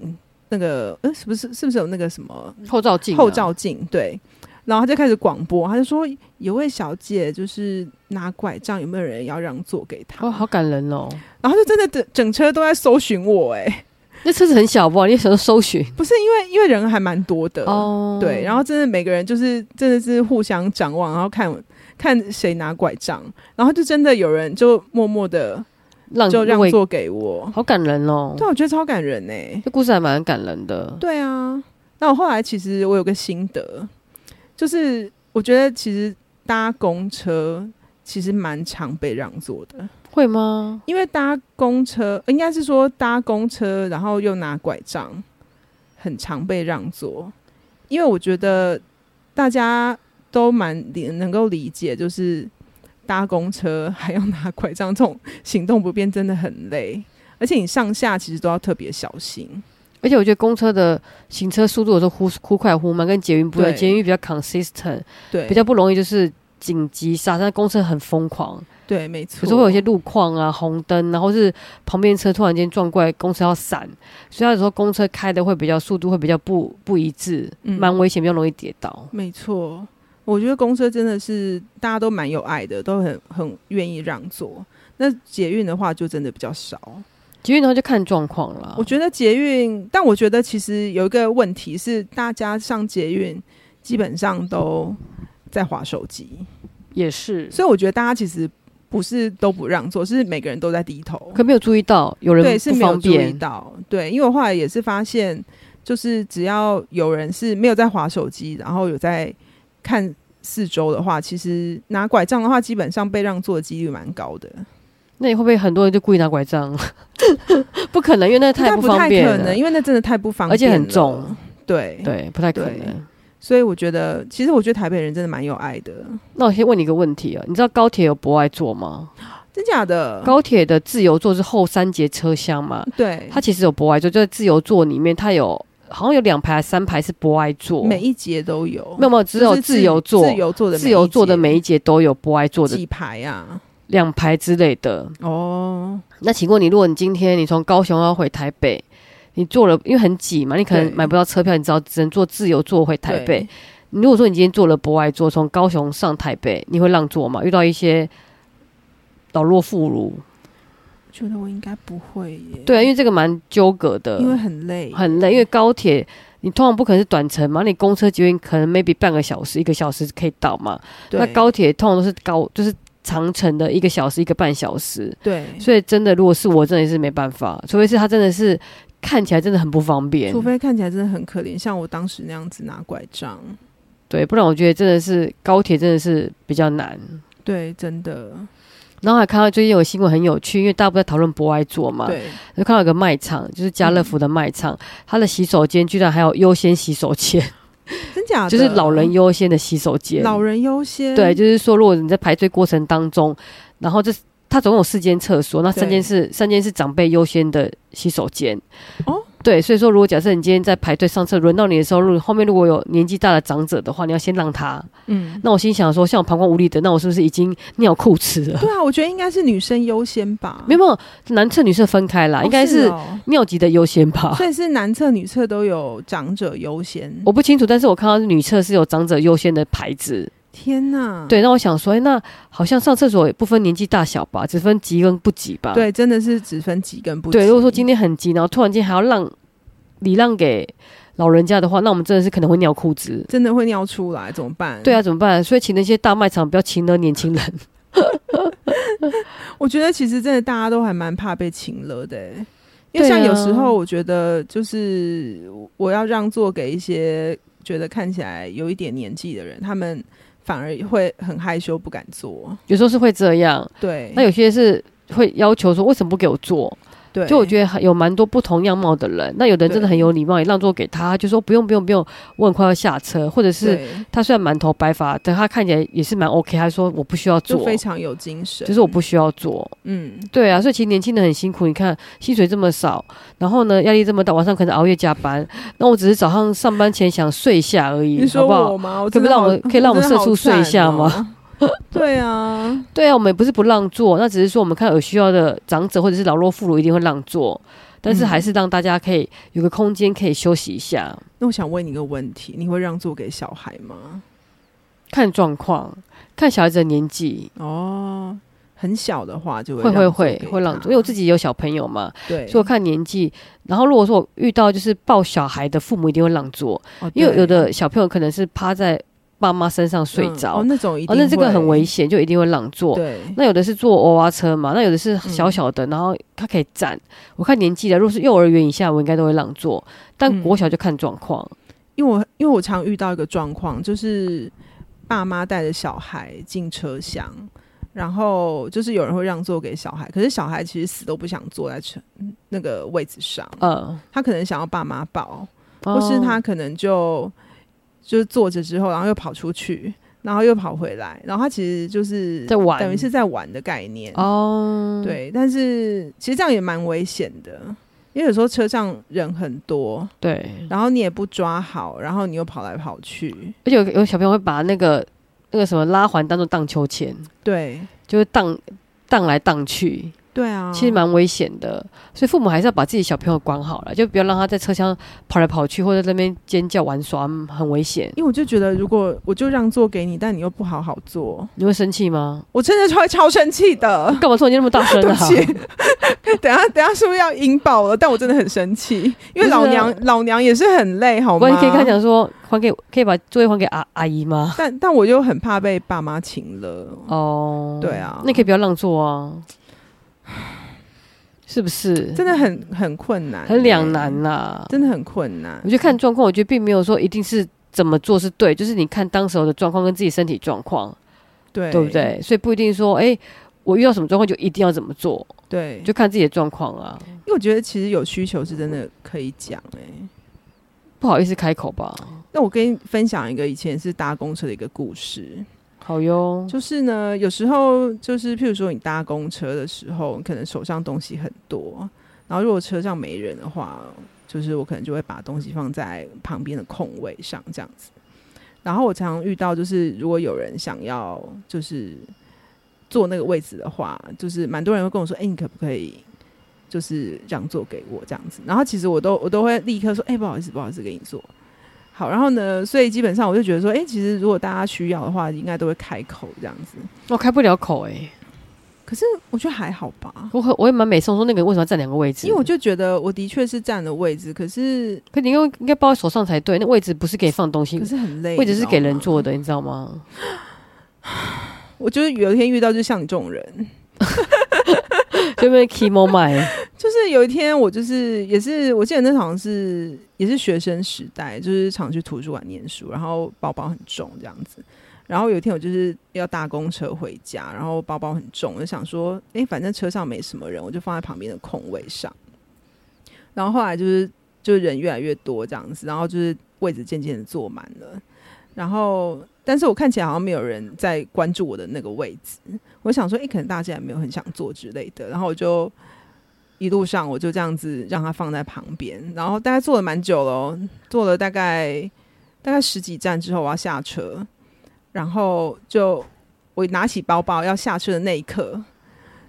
[SPEAKER 1] 那个呃是不是是不是有那个什么
[SPEAKER 2] 后照镜、啊
[SPEAKER 1] 后，照镜？对，然后他就开始广播，他就说有位小姐就是拿拐杖，有没有人要让座给她？
[SPEAKER 2] 哦，好感人哦。
[SPEAKER 1] 然后就真的整整车都在搜寻我、欸，哎，
[SPEAKER 2] 那车子很小，好不好？你想说搜寻
[SPEAKER 1] 不是因为因为人还蛮多的
[SPEAKER 2] 哦？
[SPEAKER 1] 对，然后真的每个人就是真的是互相展望，然后看看谁拿拐杖，然后就真的有人就默默的
[SPEAKER 2] 让
[SPEAKER 1] 就让
[SPEAKER 2] 位，
[SPEAKER 1] 座给我，
[SPEAKER 2] 好感人哦。
[SPEAKER 1] 对，我觉得超感人呢、欸
[SPEAKER 2] 这故事还蛮感人的。
[SPEAKER 1] 对啊，那我后来其实我有个心得，就是我觉得其实搭公车其实蛮常被让座的，
[SPEAKER 2] 会吗？
[SPEAKER 1] 因为搭公车呃应该是说搭公车，然后又拿拐杖，很常被让座。因为我觉得大家都蛮理能够理解，就是搭公车还要拿拐杖这种行动不便真的很累，而且你上下其实都要特别小心。
[SPEAKER 2] 而且我觉得公车的行车速度有时候忽忽快忽慢，跟捷运不一样，
[SPEAKER 1] 对
[SPEAKER 2] 捷运比较 consistent，
[SPEAKER 1] 对，
[SPEAKER 2] 比较不容易就是紧急刹车，工程很疯狂，
[SPEAKER 1] 对，没错。
[SPEAKER 2] 有时候会有一些路况啊、红灯，然后是旁边车突然间撞过来，公车要闪，所以有时候公车开的会比较速度会比较不不一致，
[SPEAKER 1] 嗯
[SPEAKER 2] 蛮危险，比较容易跌倒。
[SPEAKER 1] 没错，我觉得公车真的是大家都蛮有爱的，都很很愿意让座。那捷运的话，就真的比较少。
[SPEAKER 2] 捷运的话就看状况了
[SPEAKER 1] 我。觉得捷运，但我觉得其实有一个问题是，大家上捷运基本上都在划手机，
[SPEAKER 2] 嗯也是，
[SPEAKER 1] 所以我觉得大家其实不是都不让座，是每个人都在低头。
[SPEAKER 2] 可没有注意到有人
[SPEAKER 1] 对，是
[SPEAKER 2] 不
[SPEAKER 1] 没有
[SPEAKER 2] 方
[SPEAKER 1] 注意
[SPEAKER 2] 便，
[SPEAKER 1] 到。对，因为我后来也是发现，就是只要有人是没有在划手机，然后有在看四周的话，其实拿拐杖的话，基本上被让座的几率蛮高的。
[SPEAKER 2] 那你会不会很多人就故意拿拐杖？ 不可能，因为那太
[SPEAKER 1] 但
[SPEAKER 2] 不
[SPEAKER 1] 不
[SPEAKER 2] 方
[SPEAKER 1] 太
[SPEAKER 2] 便
[SPEAKER 1] 可
[SPEAKER 2] 了
[SPEAKER 1] 能，。因为那真的太不方便，
[SPEAKER 2] 而且很重。
[SPEAKER 1] 对，
[SPEAKER 2] 对，不太可
[SPEAKER 1] 对
[SPEAKER 2] 能。
[SPEAKER 1] 所以我觉得，其实我觉得台北人真的蛮有爱的，
[SPEAKER 2] 那我先问你一个问题啊，你知道高铁有博爱座吗？
[SPEAKER 1] 真假的？
[SPEAKER 2] 高铁的自由座是后三节车厢嘛？
[SPEAKER 1] 对，
[SPEAKER 2] 它其实有博爱座，就在自由座里面，它有好像有两排、三排是博爱座，
[SPEAKER 1] 每
[SPEAKER 2] 没
[SPEAKER 1] 一节都有，
[SPEAKER 2] 有没有，只有
[SPEAKER 1] 就是
[SPEAKER 2] 自由座、
[SPEAKER 1] 自由座的
[SPEAKER 2] 自由座的
[SPEAKER 1] 每
[SPEAKER 2] 每一节都有博爱
[SPEAKER 1] 一
[SPEAKER 2] 座
[SPEAKER 1] 节
[SPEAKER 2] 的
[SPEAKER 1] 几排啊？
[SPEAKER 2] 两排之类的。
[SPEAKER 1] 哦，
[SPEAKER 2] 那请问你，如果你今天你从高雄要回台北，你坐了因为很挤嘛，你可能
[SPEAKER 1] 对
[SPEAKER 2] 买不到车票，你只好只能坐自由座回台
[SPEAKER 1] 对
[SPEAKER 2] 北。你如果说你今天坐了博爱座，从高雄上台北，你会让座吗？遇到一些老弱妇孺，
[SPEAKER 1] 我觉得我应该不会耶，
[SPEAKER 2] 对啊，因为这个蛮纠葛的，
[SPEAKER 1] 因为很累，
[SPEAKER 2] 很累，因为高铁你通常不可能是短程嘛，你公车、捷运可能 maybe 半个小时、一个小时可以到嘛，
[SPEAKER 1] 对
[SPEAKER 2] 那高铁通常都是高就是长程的一个小时、一个半小时，
[SPEAKER 1] 对，
[SPEAKER 2] 所以真的如果是我，真的是没办法，除非是他真的是看起来真的很不方便
[SPEAKER 1] 除，非看起来真的很可怜，像我当时那样子拿拐杖。
[SPEAKER 2] 对，不然我觉得真的是高铁真的是比较难。
[SPEAKER 1] 对，真的，
[SPEAKER 2] 然后还看到最近有新闻很有趣，因为大家不在讨论博爱座嘛，
[SPEAKER 1] 对，
[SPEAKER 2] 就看到有个卖场，就是家乐福的卖场，它的洗手间居然还有优先洗手间，
[SPEAKER 1] 真嗯假的
[SPEAKER 2] 就是老人优先的洗手间。
[SPEAKER 1] 老人优先，
[SPEAKER 2] 对，就是说，如果你在排队过程当中，然后这它总共有四间厕所，那三间是三间是长辈优先的洗手间。
[SPEAKER 1] 哦，
[SPEAKER 2] 对，所以说，如果假设你今天在排队上厕，轮到你的时候，如果后面如果有年纪大的长者的话，你要先让他。
[SPEAKER 1] 嗯，
[SPEAKER 2] 那我心想说，像我膀胱无力的，那我是不是已经尿裤子了？
[SPEAKER 1] 对啊，我觉得应该是女生优先吧，
[SPEAKER 2] 没有没有，男厕女厕分开啦，
[SPEAKER 1] 哦
[SPEAKER 2] 应该
[SPEAKER 1] 是
[SPEAKER 2] 是
[SPEAKER 1] 哦
[SPEAKER 2] 尿急的优先吧。
[SPEAKER 1] 所以是男厕女厕都有长者优先。
[SPEAKER 2] 啊我不清楚，但是我看到女厕是有长者优先的牌子，
[SPEAKER 1] 天哪，
[SPEAKER 2] 对，那我想说，哎，那好像上厕所也不分年纪大小吧，只分急跟不急吧。
[SPEAKER 1] 对，真的是只分急跟不急。
[SPEAKER 2] 对，如果说今天很急，然后突然间还要让礼让给老人家的话，那我们真的是可能会尿裤子。
[SPEAKER 1] 真的会尿出来怎么办？
[SPEAKER 2] 对啊，，怎么办？所以请那些大卖场不要请了年轻人，
[SPEAKER 1] 我觉得其实真的大家都还蛮怕被请了的、欸，因为像
[SPEAKER 2] 对啊
[SPEAKER 1] 有时候我觉得就是我要让座给一些觉得看起来有一点年纪的人，他们反而会很害羞不敢做。
[SPEAKER 2] 有时候是会这样。
[SPEAKER 1] 对，
[SPEAKER 2] 那有些是会要求说，为什么不给我做？
[SPEAKER 1] 对，
[SPEAKER 2] 就我觉得有蛮多不同样貌的人，那有的人真的
[SPEAKER 1] 对
[SPEAKER 2] 很有礼貌，也让座给他，就说不用不用不用，我很快要下车，或者是
[SPEAKER 1] 对
[SPEAKER 2] 他虽然满头白发，但他看起来也是蛮 OK，他说我不需要
[SPEAKER 1] 就
[SPEAKER 2] 做。
[SPEAKER 1] 非常有精神，
[SPEAKER 2] 就是我不需要做，
[SPEAKER 1] 嗯，
[SPEAKER 2] 对啊，所以其实年轻人很辛苦。你看薪水这么少，然后呢压力这么大，晚上可能熬夜加班。那我只是早上上班前想睡一下而已
[SPEAKER 1] 你，
[SPEAKER 2] 好
[SPEAKER 1] 说
[SPEAKER 2] 不好
[SPEAKER 1] 我？吗？我
[SPEAKER 2] 可不
[SPEAKER 1] 真的
[SPEAKER 2] 让
[SPEAKER 1] 好
[SPEAKER 2] 我可以让我
[SPEAKER 1] 真的
[SPEAKER 2] 社
[SPEAKER 1] 好
[SPEAKER 2] 畜睡一下
[SPEAKER 1] 惨哦
[SPEAKER 2] 吗？
[SPEAKER 1] 对啊，
[SPEAKER 2] 对啊，我们也不是不让座，那只是说我们看有需要的长者或者是老弱妇孺一定会让座，但是
[SPEAKER 1] 嗯
[SPEAKER 2] 还是让大家可以有个空间可以休息一下，
[SPEAKER 1] 那我想问你一个问题，你会让座给小孩吗？
[SPEAKER 2] 看状况，看小孩子的年纪。
[SPEAKER 1] 哦，很小的话就
[SPEAKER 2] 会会
[SPEAKER 1] 让座
[SPEAKER 2] 会
[SPEAKER 1] 给
[SPEAKER 2] 会让
[SPEAKER 1] 他
[SPEAKER 2] 座，因为我自己有小朋友嘛，
[SPEAKER 1] 对，
[SPEAKER 2] 所以我看年纪。然后如果说我遇到就是抱小孩的父母，一定会让座，
[SPEAKER 1] 哦
[SPEAKER 2] 因为
[SPEAKER 1] 对
[SPEAKER 2] 有的小朋友可能是趴在爸妈身上睡
[SPEAKER 1] 嗯
[SPEAKER 2] 着，
[SPEAKER 1] 哦，那种一定
[SPEAKER 2] 哦，那这个很危
[SPEAKER 1] 险。
[SPEAKER 2] 险，就一定会让座。
[SPEAKER 1] 对，嗯
[SPEAKER 2] 那有的是坐娃娃车嘛，那有的是小小的，然后它可以站。我看年纪的，如果是幼儿园以下，我应该都会让座，但
[SPEAKER 1] 嗯
[SPEAKER 2] 国小就看状况。
[SPEAKER 1] 因为我因为我常遇到一个状况，就是爸妈带着小孩进车厢，然后就是有人会让座给小孩，可是小孩其实死都不想坐在车嗯那个位置上，
[SPEAKER 2] 嗯，
[SPEAKER 1] 他可能想要爸妈抱，
[SPEAKER 2] 哦
[SPEAKER 1] 或是他可能就就是坐着之后，然后又跑出去。然后又跑回来，然后他其实就是
[SPEAKER 2] 在玩
[SPEAKER 1] 等于是在玩的概念。
[SPEAKER 2] 哦，
[SPEAKER 1] 对，但是其实这样也蛮危险的，因为有时候车上人很多，
[SPEAKER 2] 对，
[SPEAKER 1] 然后你也不抓好，然后你又跑来跑去，
[SPEAKER 2] 而且有有小朋友会把那个那个什么拉环当做荡秋千，
[SPEAKER 1] 对
[SPEAKER 2] 就是荡荡来荡去，
[SPEAKER 1] 对啊，
[SPEAKER 2] 其实蛮危险的，所以父母还是要把自己小朋友管好了，就不要让他在车厢跑来跑去或者在那边尖叫玩耍，嗯很危险。
[SPEAKER 1] 因为我就觉得，如果我就让座给你，但你又不好好做，
[SPEAKER 2] 你会生气吗？
[SPEAKER 1] 我真的就会超生气 的。
[SPEAKER 2] 干嘛突然间那么大声
[SPEAKER 1] 对不
[SPEAKER 2] 啊？
[SPEAKER 1] 起，等一下等一下是不是要引爆了？但我真的很生气，因为老娘
[SPEAKER 2] 不
[SPEAKER 1] 老娘也是很累，好
[SPEAKER 2] 不
[SPEAKER 1] 吗？
[SPEAKER 2] 然你可以跟他讲说，还给可以把座位还给阿阿姨吗？
[SPEAKER 1] 但但我又很怕被爸妈请了。
[SPEAKER 2] 哦，
[SPEAKER 1] 对啊
[SPEAKER 2] 那你可以不要让座啊，是不是？
[SPEAKER 1] 真的很很困难，
[SPEAKER 2] 很两难，啦。
[SPEAKER 1] 真的很困难
[SPEAKER 2] 我。觉得看状况，我觉得并没有说一定是怎么做是对，就是你看当时候的状况跟自己身体状况，
[SPEAKER 1] 对，
[SPEAKER 2] 对不？对？所以不一定说，哎、我遇到什么状况就一定要怎么做，
[SPEAKER 1] 对，
[SPEAKER 2] 就看自己的状况啊。
[SPEAKER 1] 因为我觉得其实有需求是真的可以讲哎、
[SPEAKER 2] 不好意思开口吧，
[SPEAKER 1] 那我跟你分享一个以前是搭公车的一个故事，
[SPEAKER 2] 好哟，
[SPEAKER 1] 就是呢，有时候就是譬如说你搭公车的时候，你可能手上东西很多，然后如果车上没人的话，就是我可能就会把东西放在旁边的空位上这样子。然后我常常遇到，就是如果有人想要就是坐那个位置的话，就是蛮多人会跟我说：“哎、你可不可以就是让座给我这样子？”然后其实我都我都会立刻说：“哎、不好意思，不好意思，给你坐。”好，然后呢，所以基本上我就觉得说，哎、其实如果大家需要的话，应该都会开口这样子。
[SPEAKER 2] 我开不了口哎、
[SPEAKER 1] 可是我觉得还好吧，
[SPEAKER 2] 我很我也蛮美颂说那个人为什么要占两个位置？
[SPEAKER 1] 因为我就觉得我的确是占了位置，可是
[SPEAKER 2] 可你应该应该包在手上才对，那位置不是给放东西
[SPEAKER 1] 可，是很累，
[SPEAKER 2] 位置是给人
[SPEAKER 1] 你知道吗
[SPEAKER 2] 坐。的，你知道吗？
[SPEAKER 1] 我就是有一天遇到，就像你这种人，
[SPEAKER 2] 就因为 Kimo 买，
[SPEAKER 1] 就是有一天我就是也是，我记得那好像是也是学生时代，就是常去图书馆念书，然后包包很重这样子。然后有一天我就是要搭公车回家，然后包包很重，我就想说，哎，反正车上没什么人，我就放在旁边的空位上。然后后来就是就人越来越多这样子，然后就是位置渐渐的坐满了，然后但是我看起来好像没有人在关注我的那个位置，我想说，哎，可能大家也没有很想坐之类的，然后我就一路上我就这样子让它放在旁边，然后大概坐了蛮久了哦、坐了大概大概十几站之后，我要下车，然后就我拿起包包要下车的那一刻，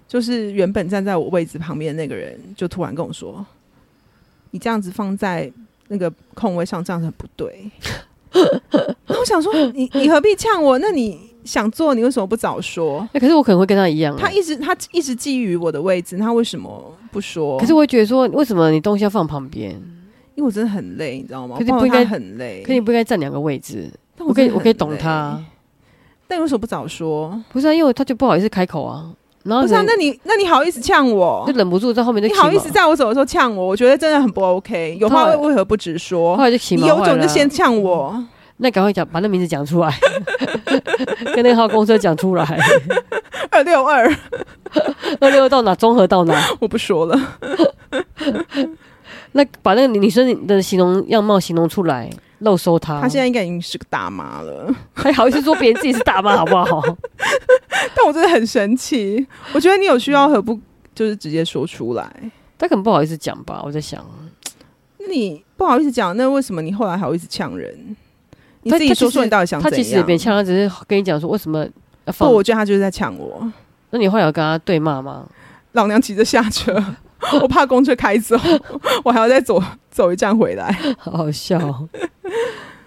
[SPEAKER 1] 就是原本站在我位置旁边的那个人，就突然跟我说：“你这样子放在那个空位上，这样子很不对。” 那我想说，你你何必呛我？那你想做，你为什么不早说？
[SPEAKER 2] 欸可是我可能会跟他一样、欸
[SPEAKER 1] 他一直他一直觊觎我的位置，那他为什么不说？
[SPEAKER 2] 可是我会觉得说，为什么你东西要放旁边？
[SPEAKER 1] 因为我真的很累，你知道吗？
[SPEAKER 2] 可是你
[SPEAKER 1] 我
[SPEAKER 2] 不
[SPEAKER 1] 抱
[SPEAKER 2] 应
[SPEAKER 1] 着他
[SPEAKER 2] 该
[SPEAKER 1] 很累，
[SPEAKER 2] 可你不应该占两个位置，
[SPEAKER 1] 但
[SPEAKER 2] 我可以
[SPEAKER 1] 真的
[SPEAKER 2] 我可以
[SPEAKER 1] 很
[SPEAKER 2] 懂
[SPEAKER 1] 累
[SPEAKER 2] 他，，
[SPEAKER 1] 但你为什么不早说？
[SPEAKER 2] 不是、啊、因为他就不好意思开口啊，然后
[SPEAKER 1] 不是啊，
[SPEAKER 2] 人
[SPEAKER 1] 那你那你好意思呛我
[SPEAKER 2] 就？忍不住在后面就
[SPEAKER 1] 你
[SPEAKER 2] 骑
[SPEAKER 1] 好意
[SPEAKER 2] 马
[SPEAKER 1] 思在我走的时候呛我？我觉得真的很不 OK。有话
[SPEAKER 2] 对
[SPEAKER 1] 为何不直
[SPEAKER 2] 后
[SPEAKER 1] 说？
[SPEAKER 2] 来就骑
[SPEAKER 1] 你
[SPEAKER 2] 马
[SPEAKER 1] 有
[SPEAKER 2] 坏
[SPEAKER 1] 种就
[SPEAKER 2] 了嗯
[SPEAKER 1] 先呛我。
[SPEAKER 2] 那赶快讲，把那名字讲出来， 跟那号公车讲出来。
[SPEAKER 1] 二六二，
[SPEAKER 2] 二六到哪？综合到哪？
[SPEAKER 1] 我不说了。
[SPEAKER 2] 那把那个女生的形容样貌形容出来，露收她。
[SPEAKER 1] 他现在应该已经是个大妈了，
[SPEAKER 2] 还好意思说别人自己是大妈，好不 好？
[SPEAKER 1] 但我真的很生气。我觉得你有需要何不就是直接说出来？
[SPEAKER 2] 她可能不好意思讲吧，我在想。
[SPEAKER 1] 那你不好意思讲，那为什么你后来还好意思呛人？你
[SPEAKER 2] 他
[SPEAKER 1] 自己
[SPEAKER 2] 他
[SPEAKER 1] 说
[SPEAKER 2] 其
[SPEAKER 1] 说
[SPEAKER 2] 实
[SPEAKER 1] 你到底想
[SPEAKER 2] 她
[SPEAKER 1] 怎样？
[SPEAKER 2] 其实也没呛，她只是跟你讲说为什么
[SPEAKER 1] 不，
[SPEAKER 2] 要放。
[SPEAKER 1] 我觉得他就是在呛我。
[SPEAKER 2] 那你后来有跟她对骂 吗？
[SPEAKER 1] 老娘急着下车， 我怕公车开走， 我还要再走走一站回来，
[SPEAKER 2] 好好笑哦，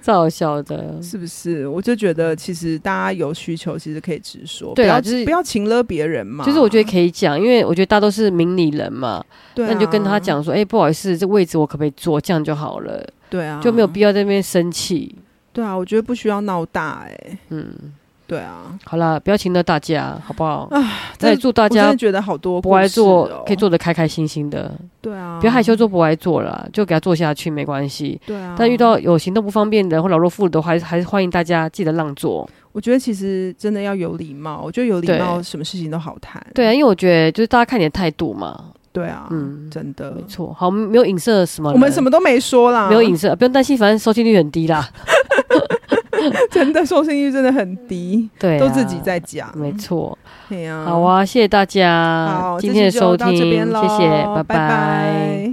[SPEAKER 2] 超好笑的。
[SPEAKER 1] 是不是？我就觉得其实大家有需求，其实可以直说，
[SPEAKER 2] 对啊
[SPEAKER 1] 不要
[SPEAKER 2] 就是
[SPEAKER 1] 不要情勒别人嘛。
[SPEAKER 2] 就是我觉得可以讲，因为我觉得大家都是明理人嘛，
[SPEAKER 1] 对啊、
[SPEAKER 2] 那你就跟他，讲说，哎、不好意思，这位置我可不可以坐？这样就好了，
[SPEAKER 1] 对啊，
[SPEAKER 2] 就没有必要在那边生气。
[SPEAKER 1] 对啊，我觉得不需要闹大哎、
[SPEAKER 2] 嗯，
[SPEAKER 1] 对啊，
[SPEAKER 2] 好啦，不要请到大家，好不好？那
[SPEAKER 1] 真
[SPEAKER 2] 也
[SPEAKER 1] 的
[SPEAKER 2] 祝大
[SPEAKER 1] 我真
[SPEAKER 2] 家
[SPEAKER 1] 的觉得好多
[SPEAKER 2] 不爱
[SPEAKER 1] 做、
[SPEAKER 2] 做可以，做的开开心心的，
[SPEAKER 1] 对哦啊，
[SPEAKER 2] 不要害羞，做不爱做啦，就给他做下去没关系。
[SPEAKER 1] 对啊。
[SPEAKER 2] 但遇到有行动不方便的或老弱妇孺的话，还是还是欢迎大家记得让座。
[SPEAKER 1] 我觉得其实真的要有礼貌，我觉得有礼
[SPEAKER 2] 对
[SPEAKER 1] 貌，什么事情都好谈。
[SPEAKER 2] 对啊，因为我觉得就是大家看你的态度嘛，
[SPEAKER 1] 对啊，
[SPEAKER 2] 嗯
[SPEAKER 1] 真的
[SPEAKER 2] 没，错。好，我们没有影射什么人，
[SPEAKER 1] 我们什么都没说啦，
[SPEAKER 2] 没有影射，不用担心，反正收听率很低啦。
[SPEAKER 1] 真的收视率真的很低，
[SPEAKER 2] 对、啊，
[SPEAKER 1] 都自己在讲，
[SPEAKER 2] 没错。
[SPEAKER 1] 对呀、
[SPEAKER 2] 好啊，谢谢大家
[SPEAKER 1] 好，
[SPEAKER 2] 今天的
[SPEAKER 1] 这期就
[SPEAKER 2] 收
[SPEAKER 1] 到
[SPEAKER 2] 听，
[SPEAKER 1] 这边喽，
[SPEAKER 2] 谢谢，拜
[SPEAKER 1] 拜